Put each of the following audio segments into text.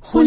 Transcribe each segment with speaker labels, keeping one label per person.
Speaker 1: 婚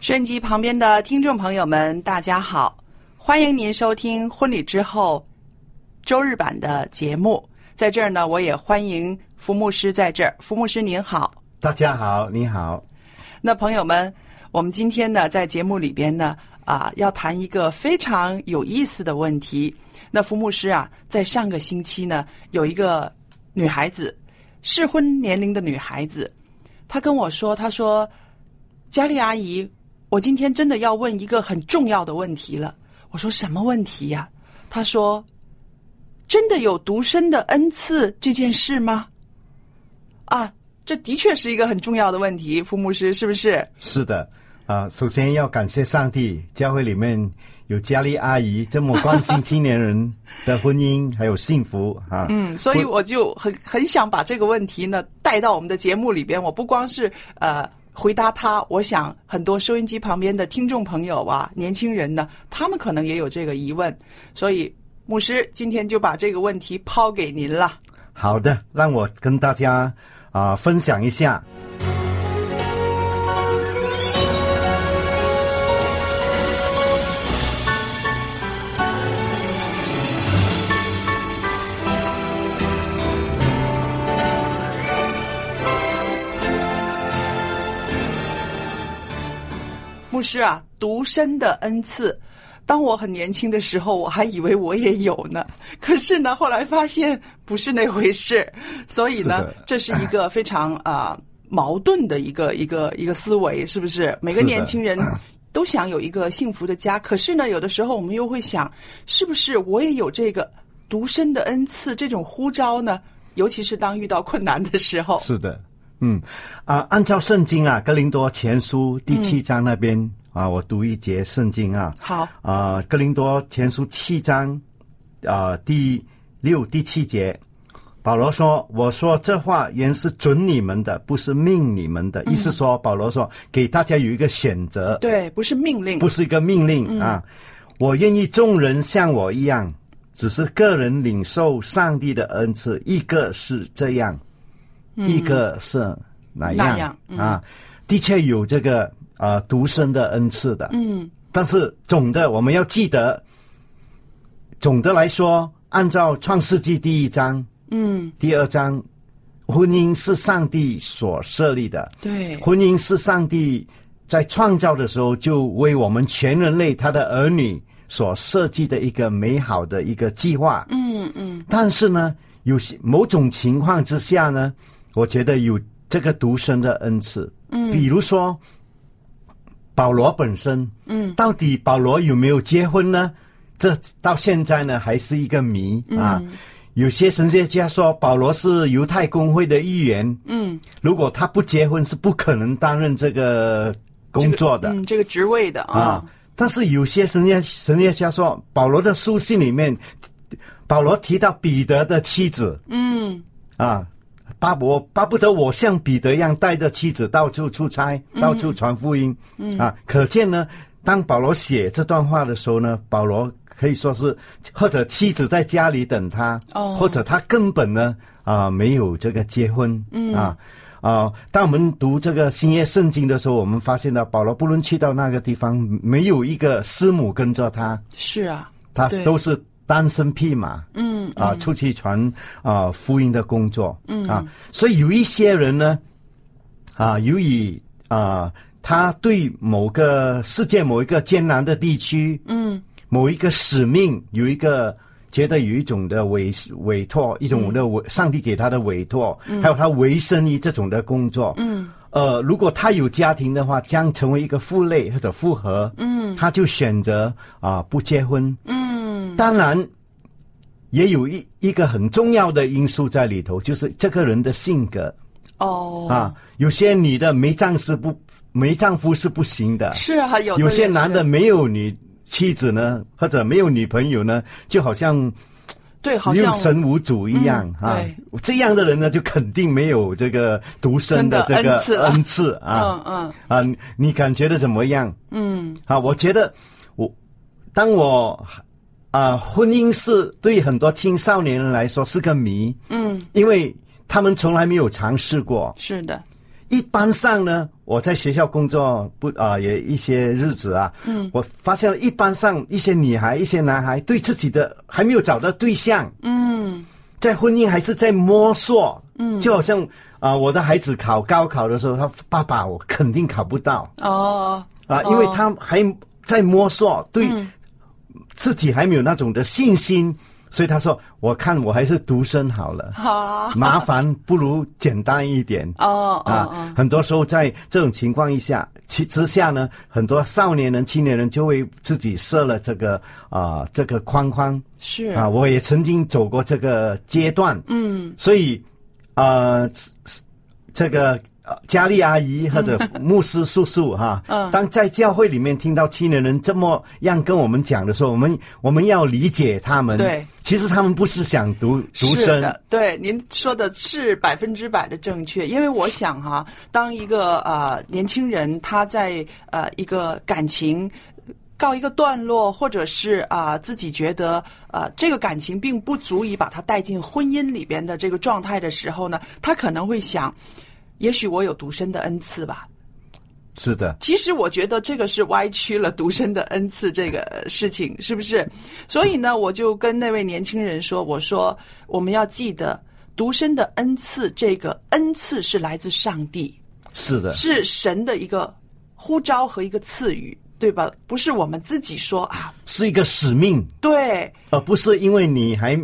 Speaker 2: 收音机旁边的听众朋友们，大家好！欢迎您收听《婚礼之后》周日版的节目。在这儿呢，我也欢迎福牧师在这儿。福牧师您好，
Speaker 3: 大家好，你好，
Speaker 2: 那朋友们，我们今天呢，在节目里边呢，啊，要谈一个非常有意思的问题。那福牧师啊，在上个星期呢，有一个女孩子，适婚年龄的女孩子，她跟我说，她说：“佳丽阿姨，我今天真的要问一个很重要的问题了。”我说：“什么问题呀、她说：“真的有独身的恩赐这件事吗？”啊，这的确是一个很重要的问题，福牧师是不是？
Speaker 3: 是的，啊、首先要感谢上帝，教会里面有佳丽阿姨这么关心青年人的婚姻还有幸福啊，
Speaker 2: 嗯，所以我就很很想把这个问题呢带到我们的节目里边。我不光是呃回答他，我想很多收音机旁边的听众朋友啊，年轻人呢，他们可能也有这个疑问，所以牧师今天就把这个问题抛给您了。
Speaker 3: 好的，让我跟大家啊、分享一下。
Speaker 2: 牧师啊，独身的恩赐。当我很年轻的时候，我还以为我也有呢。 可是呢，后来发现不是那回事。所以
Speaker 3: 是
Speaker 2: 呢
Speaker 3: 的，
Speaker 2: 这是一个非常啊、矛盾的一个一个一个思维，是不是？每个
Speaker 3: 是的
Speaker 2: 年轻人 都想有一个幸福的家，可是呢，有的时候我们又会想，是不是我也有这个独身的恩赐这种呼召呢？尤其是当遇到困难的时候，
Speaker 3: 是的，嗯，啊、按照圣经啊，《哥林多前书》第七章那边、啊，我读一节圣经啊，
Speaker 2: 好，
Speaker 3: 啊、哥林多前书》七章啊、第六、第七节，保罗说：“我说这话原是准你们的，不是命你们的。意思说，保罗说给大家有一个选择，
Speaker 2: 嗯对，嗯不是命令，
Speaker 3: 不是一个命令、啊。我愿意众人像我一样，只是个人领受上帝的恩赐，一个是这样，一个是哪样
Speaker 2: 嗯那样嗯
Speaker 3: 啊？的确有这个呃独身的恩赐的，
Speaker 2: 嗯，
Speaker 3: 但是总的我们要记得，总的来说，按照创世纪第一章、
Speaker 2: 嗯，
Speaker 3: 第二章，婚姻是上帝所设立的，
Speaker 2: 对，
Speaker 3: 婚姻是上帝在创造的时候就为我们全人类他的儿女所设计的一个美好的一个计划。
Speaker 2: 嗯嗯，
Speaker 3: 但是呢，有些某种情况之下呢，我觉得有这个独身的恩赐。嗯，比如说保罗本身，嗯，到底保罗有没有结婚呢？这到现在呢还是一个谜啊。有些神学家说保罗是犹太公会的一员，
Speaker 2: 嗯，
Speaker 3: 如果他不结婚是不可能担任这个工作的。
Speaker 2: 嗯，这个职位的
Speaker 3: 啊
Speaker 2: 啊，。
Speaker 3: 但是有些神学神学家说，保罗的书信里面，保罗提到彼得的妻子
Speaker 2: 嗯，
Speaker 3: 啊，巴伯巴不得我像彼得一样带着妻子到处出差，到处传福音。嗯啊，可见呢，当保罗写这段话的时候呢，保罗可以说是或者妻子在家里等他，
Speaker 2: 哦
Speaker 3: 或者他根本呢啊、没有这个结婚。嗯啊。啊、当我们读这个新约圣经的时候，我们发现了保罗不论去到那个地方，没有一个师母跟着他，
Speaker 2: 是啊，
Speaker 3: 他
Speaker 2: 对
Speaker 3: 都是单身匹马，
Speaker 2: 嗯
Speaker 3: 啊，出去传啊、福音的工作，嗯啊，所以有一些人呢，啊，由于啊，他对某个世界某一个艰难的地区，
Speaker 2: 嗯，
Speaker 3: 某一个使命有一个。觉得有一种的委委托，一种的委、上帝给他的委托，还有他维生于这种的工作，嗯，呃，如果他有家庭的话，将成为一个负累或者负荷，嗯，他就选择啊、不结婚，嗯，当然也有一一个很重要的因素在里头，就是这个人的性格
Speaker 2: 哦，
Speaker 3: 啊。有些女的没丈夫不没丈夫是不行的，
Speaker 2: 是啊，有的
Speaker 3: 有些
Speaker 2: 人是
Speaker 3: 男的没有女妻子呢，或者没有女朋友呢，就好像
Speaker 2: 对，好
Speaker 3: 六
Speaker 2: 像
Speaker 3: 神无主一样、
Speaker 2: 嗯
Speaker 3: 啊
Speaker 2: 对。
Speaker 3: 这样的人呢，就肯定没有这个独身的这
Speaker 2: 真的
Speaker 3: 个
Speaker 2: 恩赐啊
Speaker 3: 恩赐啊
Speaker 2: 嗯嗯
Speaker 3: 啊！你你感觉的怎么样？
Speaker 2: 嗯，
Speaker 3: 啊，我觉得我当我啊、婚姻是对很多青少年人来说是个谜，
Speaker 2: 嗯，
Speaker 3: 因为他们从来没有尝试过。
Speaker 2: 是的，
Speaker 3: 一般上呢，我在学校工作不啊、也一些日子啊，嗯，我发现了一般上一些女孩、一些男孩对自己的还没有找到对象，
Speaker 2: 嗯，
Speaker 3: 在婚姻还是在摸索，嗯，就好像啊、我的孩子考高考的时候，他爸爸我肯定考不到，
Speaker 2: 哦，
Speaker 3: 啊，因为他还在摸索，对自己还没有那种的信心，所以他说：“我看我还是独身好了，
Speaker 2: 好，
Speaker 3: 麻烦不如简单一点。”
Speaker 2: 哦哦
Speaker 3: 啊，很多时候在这种情况一下其之下呢，很多少年人、青年人就会自己设了这个啊、这个框框
Speaker 2: 是
Speaker 3: 啊。我也曾经走过这个阶段，
Speaker 2: 嗯，
Speaker 3: 所以啊、呃这个呃佳丽阿姨 或者牧师叔叔哈、
Speaker 2: 嗯
Speaker 3: 当在教会里面听到青年人这么样跟我们讲的时候，我们我们要理解他们。
Speaker 2: 对，
Speaker 3: 其实他们不是想独独
Speaker 2: 是
Speaker 3: 身，
Speaker 2: 的，对，您说的是百分之百的正确，因为我想哈、当一个呃年轻人他在呃一个感情。告一个段落，或者是啊、自己觉得呃这个感情并不足以把他带进婚姻里边的这个状态的时候呢，他可能会想，也许我有独身的恩赐吧，
Speaker 3: 是的，
Speaker 2: 其实我觉得这个是歪曲了独身的恩赐这个呃事情，是不是？所以呢，我就跟那位年轻人说：“我说我们要记得，独身的恩赐，这个恩赐是来自上帝，
Speaker 3: 是的，
Speaker 2: 是神的一个呼召和一个赐予，对吧？不是我们自己说啊，
Speaker 3: 是一个使命，
Speaker 2: 对，
Speaker 3: 而不是因为你还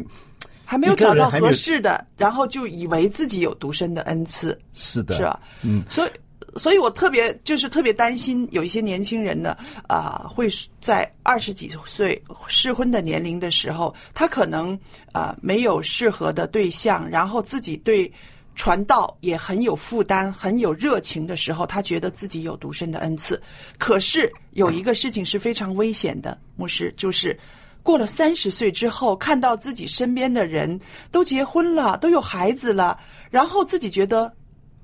Speaker 2: 还没有
Speaker 3: 一个
Speaker 2: 找
Speaker 3: 人
Speaker 2: 到
Speaker 3: 还没
Speaker 2: 合
Speaker 3: 有
Speaker 2: 适的，然后就以为自己有独身的恩赐，
Speaker 3: 是的，
Speaker 2: 是吧？嗯，所以。所以我特别就是特别担心有一些年轻人呢，啊、会在二十几岁适婚的年龄的时候，他可能啊、没有适合的对象，然后自己对传道也很有负担、很有热情的时候，他觉得自己有独身的恩赐。可是有一个事情是非常危险的，牧师就是。过了三十岁之后，看到自己身边的人都结婚了，都有孩子了，然后自己觉得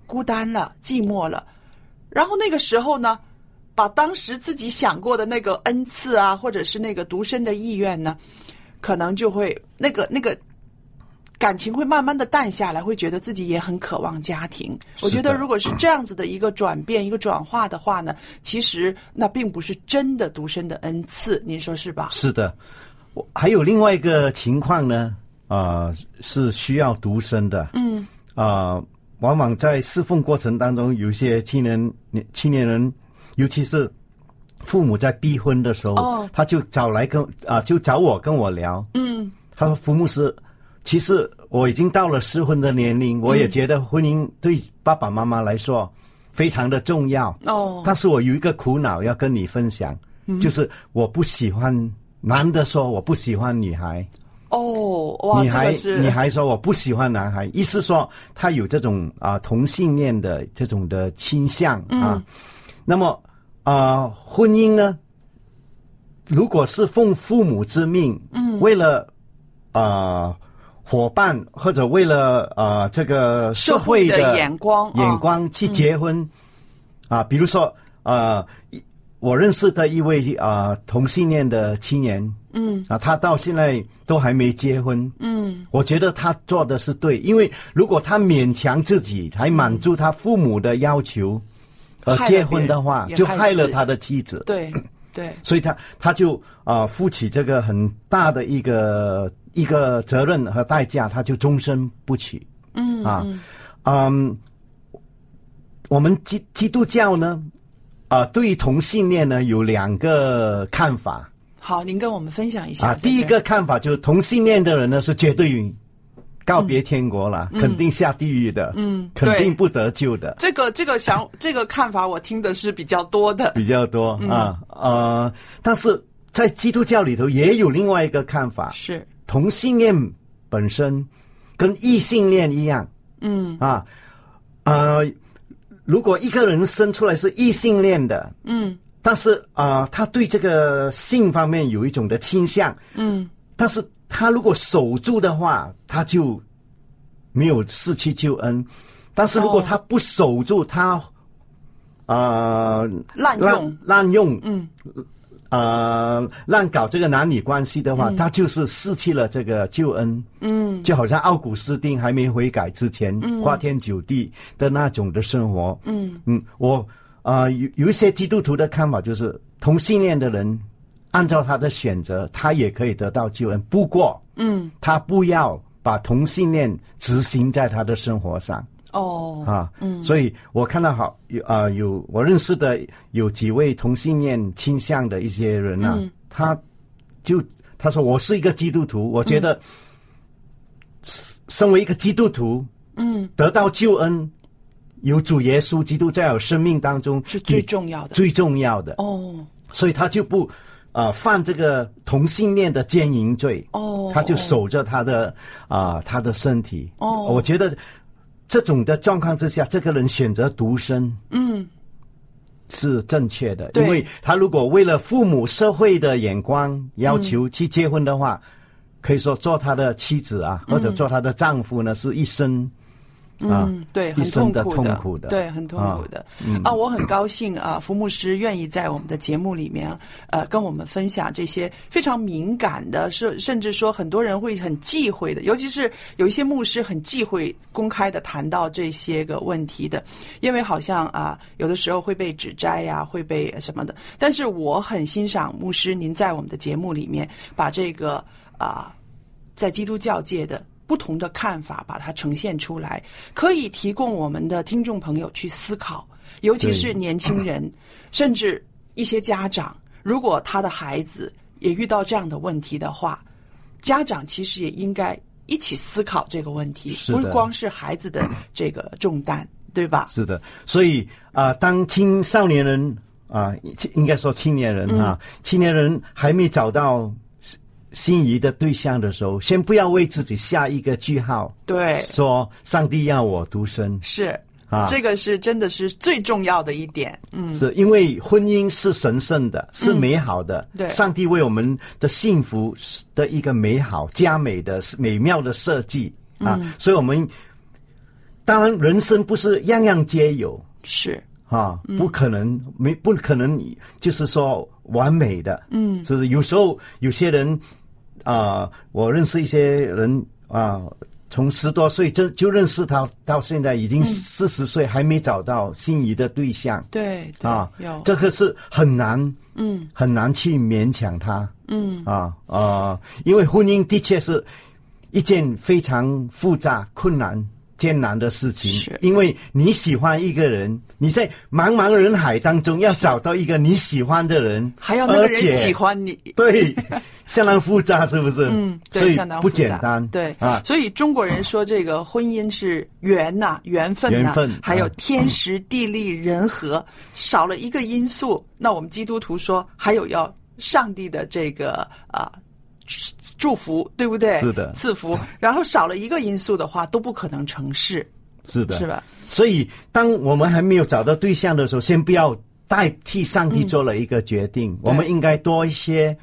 Speaker 2: 孤单了、寂寞了。然后那个时候呢，把当时自己想过的那个恩赐啊，或者是那个独身的意愿呢，可能就会那个那个感情会慢慢的淡下来，会觉得自己也很渴望家庭。我觉得如果是这样子的一个转变、一个转化的话呢，其实那并不是真的独身的恩赐，您说是吧？
Speaker 3: 是的，我还有另外一个情况呢，啊、是需要独身的，嗯，啊、往往在侍奉过程当中，有一些青年青年人，尤其是父母在逼婚的时候，
Speaker 2: 哦
Speaker 3: 他就找来跟啊、就找我跟我聊，
Speaker 2: 嗯，
Speaker 3: 他说福牧师，其实我已经到了适婚的年龄，
Speaker 2: 嗯
Speaker 3: 我也觉得婚姻对爸爸妈妈来说非常的重要，
Speaker 2: 哦，嗯
Speaker 3: 但是我有一个苦恼要跟你分享，就是我不喜欢男的说我不喜欢女孩，
Speaker 2: 哦，哇，
Speaker 3: 女
Speaker 2: 这个
Speaker 3: 孩
Speaker 2: 是
Speaker 3: 女孩说我不喜欢男孩，意思说他有这种啊、同性恋的这种的倾向
Speaker 2: 嗯
Speaker 3: 啊。那么啊、婚姻呢，如果是奉父母之命，嗯，为了啊、伙伴或者为了呃这个社会
Speaker 2: 社会的眼光啊
Speaker 3: 眼光去结婚
Speaker 2: 嗯
Speaker 3: 啊、比如说呃，一我认识的一位啊、呃同性恋的青年，嗯啊，他到现在都还没结婚，嗯，我觉得他做的是对，因为如果他勉强自己还满足他父母的要求，而
Speaker 2: 害了
Speaker 3: 结婚的话
Speaker 2: 别人，也
Speaker 3: 就
Speaker 2: 嗯害
Speaker 3: 害了
Speaker 2: 自己
Speaker 3: 他的妻子，
Speaker 2: 对对，
Speaker 3: 所以他他就啊、呃负起这个很大的一个一个责任和代价，他就终身不娶。嗯啊，嗯，我们基基督教呢，啊、对于同性恋呢有两个看法
Speaker 2: 好，您跟我们分享一下。
Speaker 3: 啊。
Speaker 2: 在这
Speaker 3: 第一个看法就是同性恋的人呢是绝对告别天国了，肯定下地狱的，嗯，肯定不得救的。
Speaker 2: 这个这个想这个看法，我听的是比较多的。
Speaker 3: 比较多啊、呃，但是在基督教里头也有另外一个看法，
Speaker 2: 是，
Speaker 3: 同性恋本身跟异性恋一样，
Speaker 2: 嗯
Speaker 3: 啊，呃，如果一个人生出来是异性恋的，
Speaker 2: 嗯
Speaker 3: 但是啊、呃他对这个性方面有一种的倾向，
Speaker 2: 嗯，
Speaker 3: 但是他如果守住的话，他就没有失去救恩；但是如果
Speaker 2: 哦
Speaker 3: 他不守住，他啊
Speaker 2: 滥用
Speaker 3: 滥，滥用，
Speaker 2: 嗯，
Speaker 3: 呃，乱搞这个男女关系的话，他就是失去了这个救恩。嗯，就好像奥古斯丁还没悔改之前，花天酒地的那种的生活。嗯嗯，我啊、呃有有一些基督徒的看法就是，同性恋的人按照他的选择，他也可以得到救恩。不过，
Speaker 2: 嗯，
Speaker 3: 他不要把同性恋执行在他的生活上。
Speaker 2: 哦，
Speaker 3: 啊，嗯，所以我看到好有啊、有我认识的有几位同性恋倾向的一些人啊，他就他说我是一个基督徒，我觉得身身为一个基督徒，
Speaker 2: 嗯，
Speaker 3: 得到救恩，有主耶稣基督在我生命当中
Speaker 2: 是最
Speaker 3: 比
Speaker 2: 重要的。
Speaker 3: 最重要的，
Speaker 2: 哦
Speaker 3: 所以他就不啊、犯这个同性恋的奸淫罪，
Speaker 2: 哦，
Speaker 3: 他就
Speaker 2: 哦
Speaker 3: 守着他的啊、他的身体。
Speaker 2: 哦
Speaker 3: 我觉得这种的状况之下，这个人选择独身，嗯，是正确的，
Speaker 2: 对
Speaker 3: 因为他如果为了父母、社会的眼光要
Speaker 2: 嗯
Speaker 3: 求去结婚的话，可以说做他的妻子啊，或者做他的丈夫呢，是一生啊，
Speaker 2: 嗯，对，
Speaker 3: 一
Speaker 2: 很
Speaker 3: 生
Speaker 2: 痛
Speaker 3: 的
Speaker 2: 苦
Speaker 3: 痛苦的，嗯
Speaker 2: 对，很痛苦的。啊，我很高兴啊，福牧师愿意在我们的节目里面，呃，跟我们分享这些非常敏感的，是甚至说很多人会很忌讳的，尤其是有一些牧师很忌讳公开的谈到这些个问题的，因为好像啊，有的时候会被指摘呀、会被什么的。但是我很欣赏牧师您在我们的节目里面把这个啊。在基督教界的不同的看法，把它呈现出来，可以提供我们的听众朋友去思考，尤其是年轻人，甚至一些家长，如果他的孩子也遇到这样的问题的话，家长其实也应该一起思考这个问题，
Speaker 3: 是
Speaker 2: 不
Speaker 3: 的
Speaker 2: 光是孩子 的这个重担，对吧？
Speaker 3: 是的，所以啊、当青少年人啊、青应该说青年人啊，
Speaker 2: 嗯
Speaker 3: 青年人还没找到心心仪的对象的时候，先不要为自己下一个句号，
Speaker 2: 对，
Speaker 3: 说上帝要我独身，
Speaker 2: 是。
Speaker 3: 啊
Speaker 2: 这个是真的是最重要的一点，嗯，
Speaker 3: 是因为婚姻是神圣的，是美好的，
Speaker 2: 对
Speaker 3: 上帝为我们的幸福的一个美好加美的美妙的设计啊，
Speaker 2: 嗯
Speaker 3: 所以我们当然人生不是样样皆有，
Speaker 2: 是
Speaker 3: 啊，
Speaker 2: 嗯
Speaker 3: 不可能，没不可能，就是说完美的，嗯，是不是？有时候有些人啊、我认识一些人啊、从十多岁就就认识他，到现在已
Speaker 2: 嗯
Speaker 3: 经四十岁，还没找到心仪的对象
Speaker 2: 对对
Speaker 3: 啊
Speaker 2: 有，
Speaker 3: 这个是很难，
Speaker 2: 嗯，
Speaker 3: 很难去勉强他，
Speaker 2: 嗯
Speaker 3: 啊啊、因为婚姻的确是一件非常复杂、困难、艰难的事情。
Speaker 2: 是
Speaker 3: 因为你喜欢一个人，你在茫茫人海当中要找到一个你喜欢 的人，
Speaker 2: 还有那个
Speaker 3: 而
Speaker 2: 人
Speaker 3: 且
Speaker 2: 喜欢你，
Speaker 3: 对，相当复杂，是不是？
Speaker 2: 嗯，
Speaker 3: 所
Speaker 2: 对，
Speaker 3: 以
Speaker 2: 相当
Speaker 3: 不
Speaker 2: 复杂
Speaker 3: 简单。
Speaker 2: 对
Speaker 3: 啊，
Speaker 2: 所以中国人说这个婚姻是缘呐、缘分呐、
Speaker 3: 缘分
Speaker 2: 还有
Speaker 3: 啊
Speaker 2: 天时地利人和，少了一个因素，那我们基督徒说还有要上帝的这个啊。祝福对不对？
Speaker 3: 是的
Speaker 2: 赐福。然后少了一个因素的话，都不可能成事，
Speaker 3: 是的，
Speaker 2: 是？吧？
Speaker 3: 所以，当我们还没有找到对象
Speaker 2: 嗯
Speaker 3: 的时候，先不要代替上帝做了一个决定，我们应该多一些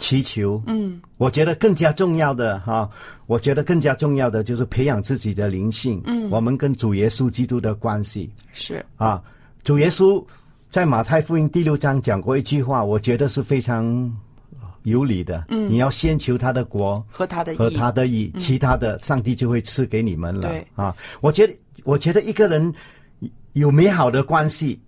Speaker 3: 祈求。嗯，我觉得更加重要的哈、我觉得更加重要的就是培养自己的灵性。嗯，我们跟主耶稣基督的关系
Speaker 2: 是
Speaker 3: 啊，主耶稣在马太福音第六章讲过一句话，我觉得是非常有理的。嗯，你要先求他的国
Speaker 2: 和他的意，嗯
Speaker 3: 和他的意，其他的上帝就会赐给你们了。
Speaker 2: 对
Speaker 3: 啊，我觉得，我觉得一个人有美好的关系，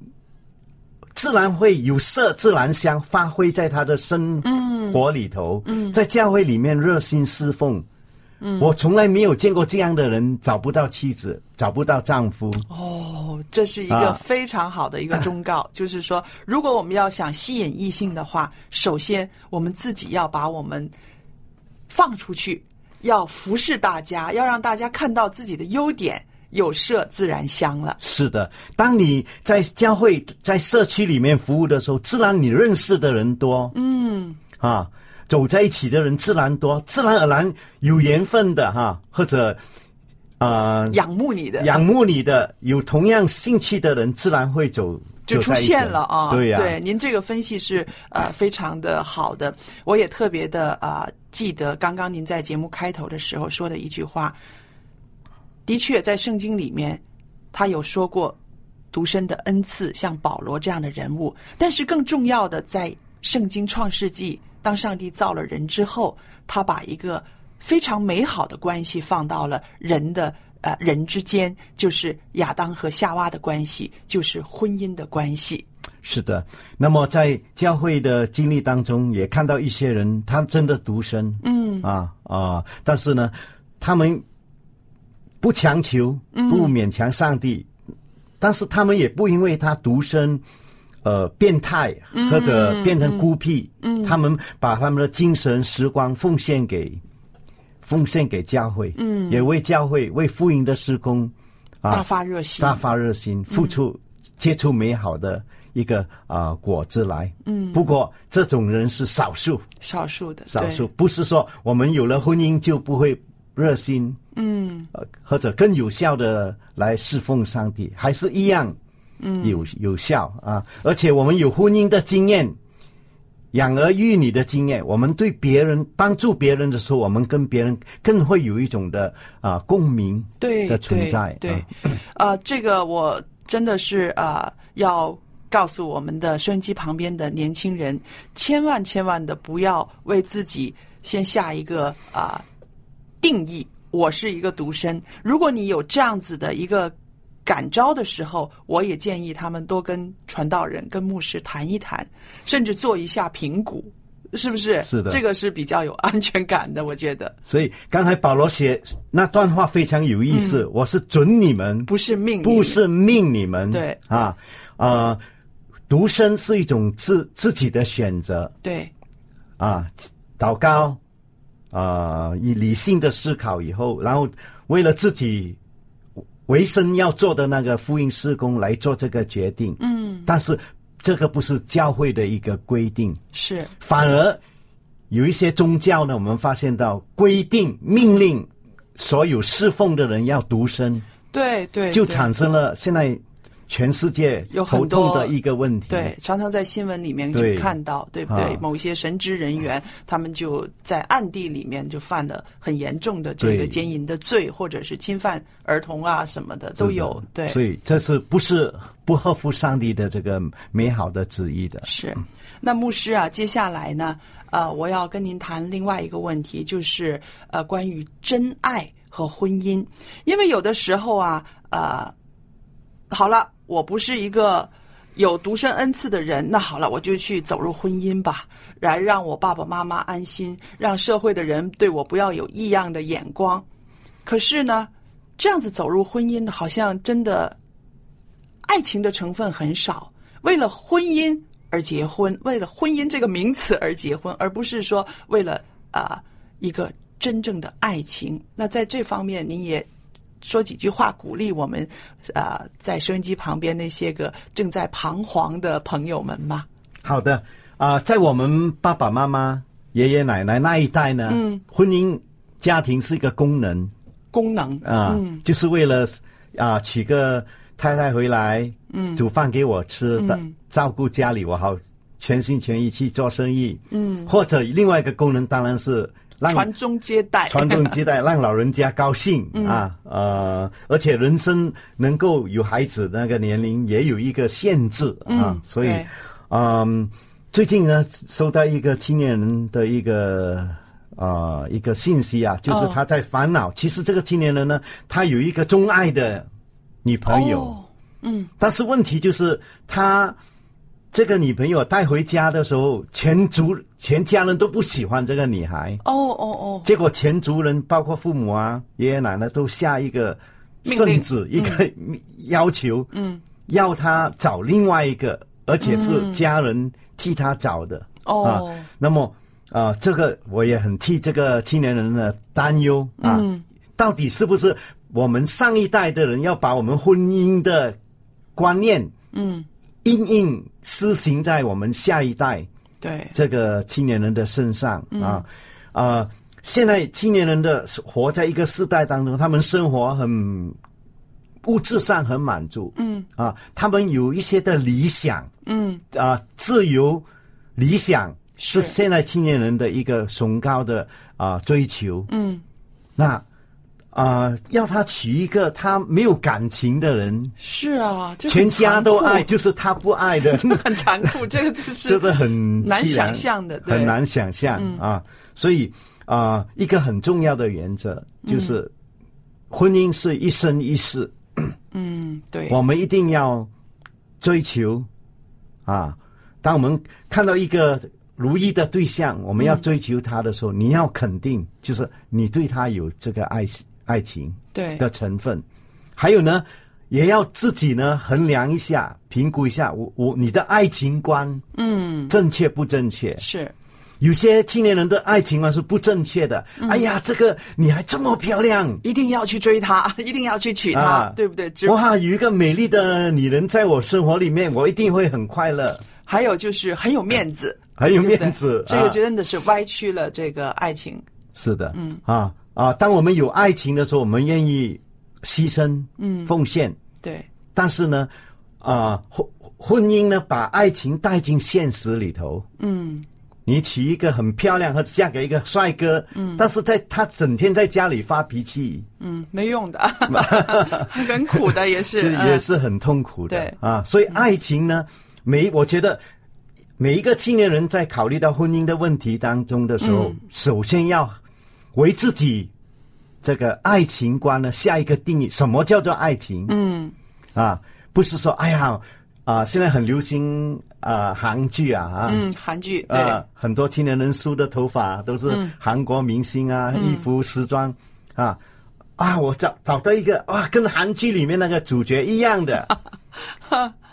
Speaker 3: 自然会有色，自然香，发挥在他的生
Speaker 2: 嗯
Speaker 3: 活里头，在教会里面热心侍奉。
Speaker 2: 嗯
Speaker 3: 我从来没有见过这样的人，找不到妻子，找不到丈夫。
Speaker 2: 哦，这是一个
Speaker 3: 啊
Speaker 2: 非常好的一个忠 告，就是说，如果我们要想吸引异性的话，首先我们自己要把我们放出去，要服侍大家，要让大家看到自己的优点，有色自然香了。
Speaker 3: 是的，当你在教会、在社区里面服务的时候，自然你认识的人多，嗯，啊，走在一起的人自然多，自然而然有缘分的哈、或者啊、呃
Speaker 2: 仰慕你的
Speaker 3: 仰慕你的、有同样兴趣的人，自然会走
Speaker 2: 就
Speaker 3: 走
Speaker 2: 出
Speaker 3: 在一起
Speaker 2: 现了啊！
Speaker 3: 对呀、
Speaker 2: 您这个分析是呃非常的好的，我也特别的啊、呃记得刚刚您在节目开头的时候说的一句话，的确在圣经里面他有说过独身的恩赐，像保罗这样的人物，但是更重要的在圣经创世纪，当上帝造了人之后，他把一个非常美好的关系放到了人的。呃，人之间就是亚当和夏娃的关系，就是婚姻的关系。
Speaker 3: 是的，那么在教会的经历当中，也看到一些人，他真的独身，嗯啊啊，但是呢，他们不强求，不勉强上帝，但是他们也不因为他独身，呃，变态或者变成孤僻，嗯，他们把他们的精神时光奉献给奉献给教会，嗯，也为教会为福音的施工啊
Speaker 2: 大发热心，
Speaker 3: 大发热心，付出、接触美好的一个啊、呃果子来。嗯，不过这种人是少数，
Speaker 2: 少数的，
Speaker 3: 少
Speaker 2: 对
Speaker 3: 数不是说我们有了婚姻就不会热心，嗯，呃，或者更有效的来侍奉上帝，还是一样，嗯，有有效啊。而且我们有婚姻的经验。养儿育女的经验，我们对别人帮助别人的时候，我们跟别人更会有一种的啊、共鸣
Speaker 2: 对
Speaker 3: 的存
Speaker 2: 对
Speaker 3: 在。
Speaker 2: 对
Speaker 3: 啊，
Speaker 2: 呃，这个我真的是啊、呃要告诉我们的收音机旁边的年轻人，千万千万的不要为自己先下一个啊、定义，我是一个独身。如果你有这样子的一个感召的时候，我也建议他们多跟传道人、跟牧师谈一谈，甚至做一下评估。是不是？
Speaker 3: 是的
Speaker 2: 这个是比较有安全感的，我觉得
Speaker 3: 所以刚才保罗写那段话非常有意思，我是准你们，
Speaker 2: 嗯不是命令，
Speaker 3: 不是命你们，
Speaker 2: 对
Speaker 3: 啊，呃，独身是一种自自己的选择
Speaker 2: 对，
Speaker 3: 啊，祷告，啊，以理性的思考以后，然后为了自己维生要做的那个福音施工来做这个决定，嗯，但是这个不是教会的一个规定，
Speaker 2: 是
Speaker 3: 反而有一些宗教呢，我们发现到规定命令所有侍奉的人要独身，
Speaker 2: 对对，
Speaker 3: 就
Speaker 2: 对
Speaker 3: 产生了现在全世界
Speaker 2: 有很
Speaker 3: 头
Speaker 2: 多
Speaker 3: 痛的一个问题。
Speaker 2: 对，常常在新闻里面
Speaker 3: 对
Speaker 2: 就看到，对不对
Speaker 3: 啊？
Speaker 2: 某一些神职人员，他们就在暗地里面就犯了很严重的这个
Speaker 3: 对
Speaker 2: 奸淫的罪，或者是侵犯儿童啊什么的都有。对，
Speaker 3: 所以这是不是不合乎上帝的这个美好的旨意的？
Speaker 2: 是，那牧师啊，接下来呢，呃，我要跟您谈另外一个问题，就是呃，关于真爱和婚姻，因为有的时候啊，呃，好了，我不是一个有独身恩赐的人，那好了，我就去走入婚姻吧，来让我爸爸妈妈安心，让社会的人对我不要有异样的眼光。可是呢，这样子走入婚姻，好像真的爱情的成分很少，为了婚姻而结婚，为了婚姻这个名词而结婚，而不是说为了啊、一个真正的爱情。那在这方面，您也说几句话鼓励我们啊、在收音机旁边那些个正在彷徨的朋友们吗？
Speaker 3: 好的啊、在我们爸爸妈妈、爷爷奶奶那一代呢，嗯、婚姻家庭是一个功能，
Speaker 2: 功能
Speaker 3: 啊，
Speaker 2: 嗯
Speaker 3: 就是为了啊娶
Speaker 2: 嗯
Speaker 3: 个太太回来，嗯，煮饭给我吃，的照顾家里，我好全心全意去做生意，嗯，或者另外一个功能当然是让
Speaker 2: 传宗接代，
Speaker 3: 传宗接 代，让老人家高兴
Speaker 2: 嗯
Speaker 3: 啊，呃，而且人生能够有孩子那个年龄也有一个限制啊
Speaker 2: 嗯，
Speaker 3: 所以
Speaker 2: 对，
Speaker 3: 嗯，最近呢收到一个青年人的一个。啊、一个信息啊，
Speaker 2: 哦
Speaker 3: 就是他在烦恼。其实这个青年人呢，他有一个钟爱的女朋友，
Speaker 2: 哦
Speaker 3: 但是问题就是他这个女朋友带回家的时候，全族全家人都不喜欢这个女孩，
Speaker 2: 哦哦
Speaker 3: 结果全族人包括父母啊、爷爷奶奶都下一个
Speaker 2: 命
Speaker 3: 圣
Speaker 2: 令嗯
Speaker 3: 旨一个 要求，嗯，要他找另外一个，而且是家人替他找的。
Speaker 2: 哦哦
Speaker 3: 啊，那么啊、呃这个我也很替这个青年人的担忧啊，
Speaker 2: 嗯
Speaker 3: 到底是不是我们上一代的人要把我们婚姻的观念，
Speaker 2: 嗯，
Speaker 3: 硬硬施行在我们下一代
Speaker 2: 对，
Speaker 3: 这个青年人的身上
Speaker 2: 嗯
Speaker 3: 啊啊、呃现在青年人的活在一个世代当中，他们生活很物质上很满足，
Speaker 2: 嗯
Speaker 3: 啊，他们有一些的理想，
Speaker 2: 嗯，
Speaker 3: 啊、自由理想是
Speaker 2: 是
Speaker 3: 现在青年人的一个崇高的啊、追求。
Speaker 2: 嗯，
Speaker 3: 那啊、要他娶一个他没有感情的人，
Speaker 2: 是啊，这
Speaker 3: 全
Speaker 2: 很
Speaker 3: 家
Speaker 2: 残
Speaker 3: 都
Speaker 2: 酷
Speaker 3: 爱，，就是他不 爱的，
Speaker 2: 很残酷，这个就是
Speaker 3: 这是很
Speaker 2: 难
Speaker 3: 凄凉
Speaker 2: 想象的对
Speaker 3: 很难想象、啊。所以啊、一个很重要的原则就是，婚姻是一生一世。
Speaker 2: 嗯，对，
Speaker 3: 我们一定要追求啊！当我们看到一个如意的对象，我们要追求他的时候，你要肯定，就是你对他有这个爱爱情
Speaker 2: 对
Speaker 3: 的成分。还有呢，也要自己呢衡量一下、评估一下，我我你的爱情观，嗯，正确不正确？
Speaker 2: 是，
Speaker 3: 有些青年人的爱情观啊是不正确的。哎呀，这个女孩这么漂亮，
Speaker 2: 一定要去追他，一定要去娶他
Speaker 3: 啊，
Speaker 2: 对不对？只
Speaker 3: 哇，有一个美丽的女人在我生活里面，我一定会很快乐，
Speaker 2: 还有就是很有面子，
Speaker 3: 很有
Speaker 2: 对不对
Speaker 3: 面子。
Speaker 2: 这个
Speaker 3: 啊、
Speaker 2: 真的是歪曲了这个爱情。
Speaker 3: 是的，嗯啊啊，当我们有爱情的时候，我们愿意牺牲，嗯，奉献。
Speaker 2: 对，
Speaker 3: 但是呢，啊、婚婚姻呢，把爱情带进现实里头，嗯。你娶一个很漂亮，或者嫁给一个帅哥，嗯，但是在他整天在家里发脾气，
Speaker 2: 嗯，没用 的，很苦的也是，
Speaker 3: 是
Speaker 2: 嗯
Speaker 3: 也是很痛苦的、
Speaker 2: 对
Speaker 3: 啊。所以爱情呢，每我觉得每一个青年人在考虑到婚姻的问题当中的时候，
Speaker 2: 嗯
Speaker 3: 首先要为自己这个爱情观呢下一个定义，什么叫做爱情？
Speaker 2: 嗯，
Speaker 3: 啊，不是说哎呀啊，现在很流行啊韩剧啊啊。
Speaker 2: 嗯，韩剧对、嗯
Speaker 3: 啊，很多青年人梳的头发都是韩国明星啊，衣服、时装啊啊！我找找到一个哇，跟韩剧里面那个主角一 样的。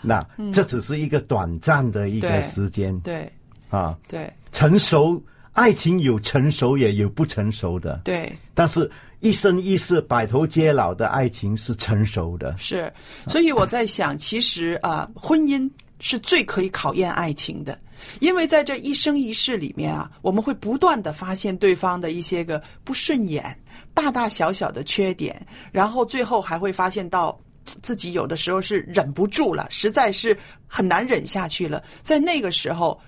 Speaker 3: 那
Speaker 2: 嗯
Speaker 3: 这只是一个短暂的一个
Speaker 2: 对
Speaker 3: 时间
Speaker 2: 对
Speaker 3: 啊，
Speaker 2: 对
Speaker 3: 成熟爱情有成熟也有不成熟的，
Speaker 2: 对，
Speaker 3: 但是一生一世白头偕老的爱情是成熟的，
Speaker 2: 是。所以我在想，其实啊、婚姻是最可以考验爱情的。因为在这一生一世里面啊，我们会不断的发现对方的一些个不顺眼、大大小小的缺点，然后最后还会发现到自己有的时候是忍不住了，实在是很难忍下去了。在那个时候，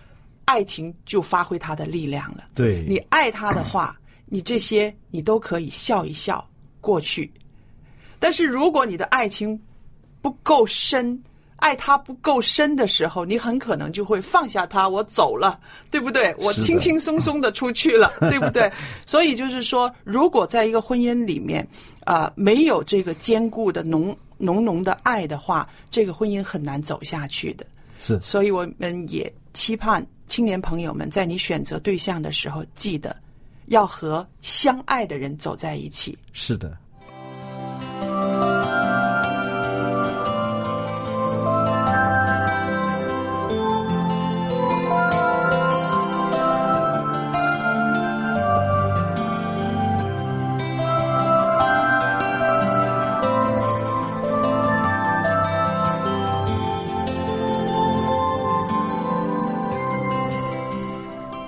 Speaker 2: 爱情就发挥它的力量了。
Speaker 3: 对，
Speaker 2: 你爱他的 话，你这些你都可以笑一笑过去。但是如果你的爱情不够深，爱他不够深的时候，你很可能就会放下他，我走了，对不对？我
Speaker 3: 是的
Speaker 2: 轻轻松松的出去 了，对不对？所以就是说，如果在一个婚姻里面啊、没有这个坚固的浓浓浓的爱的话，这个婚姻很难走下去的。
Speaker 3: 是
Speaker 2: 所以我们也期盼青年朋友们在你选择对象的时候，记得要和相爱的人走在一起。
Speaker 3: 是的。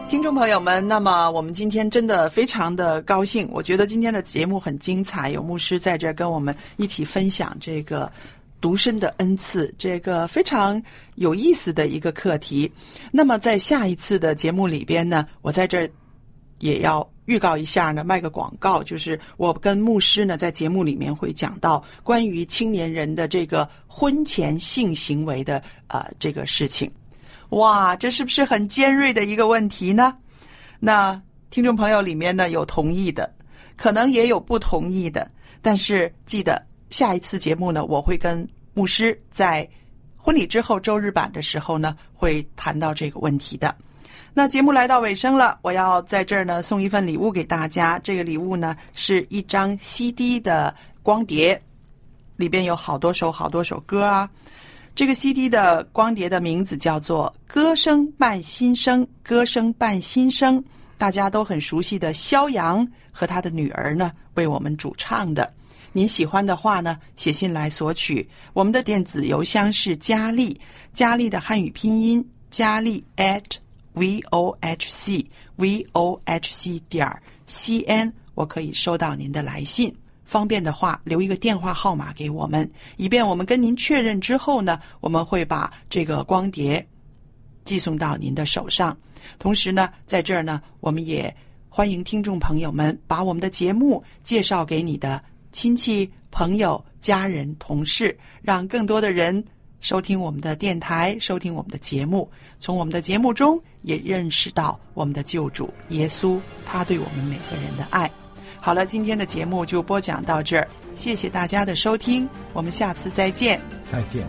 Speaker 2: 听众朋友们，那么我们今天真的非常的高兴，我觉得今天的节目很精彩，有牧师在这儿跟我们一起分享这个。独身的恩赐这个非常有意思的一个课题。那么在下一次的节目里边呢，我在这儿也要预告一下呢，卖个广告，就是我跟牧师呢在节目里面会讲到关于青年人的这个婚前性行为的啊、呃这个事情。哇，这是不是很尖锐的一个问题呢？那听众朋友里面呢有同意的，可能也有不同意的，但是记得下一次节目呢，我会跟牧师在婚礼之后周日版的时候呢，会谈到这个问题的。那节目来到尾声了，我要在这儿呢送一份礼物给大家。这个礼物呢是一张 CD 的光碟，里边有好多首好多首歌啊。这个 CD 的光碟的名字叫做《歌声伴心声》，歌声伴心声，大家都很熟悉的肖阳和他的女儿呢为我们主唱的。您喜欢的话呢，写信来索取。我们的电子邮箱是佳丽，佳丽的汉语拼音佳丽 at v o h c v o h c 点 c n，我可以收到您的来信。方便的话，留一个电话号码给我们，以便我们跟您确认之后呢，我们会把这个光碟寄送到您的手上。同时呢，在这儿呢，我们也欢迎听众朋友们把我们的节目介绍给你的亲戚、朋友、家人、同事，让更多的人收听我们的电台，收听我们的节目，从我们的节目中也认识到我们的救主耶稣，他对我们每个人的爱。好了，今天的节目就播讲到这儿，谢谢大家的收听，我们下次再见。
Speaker 3: 再见。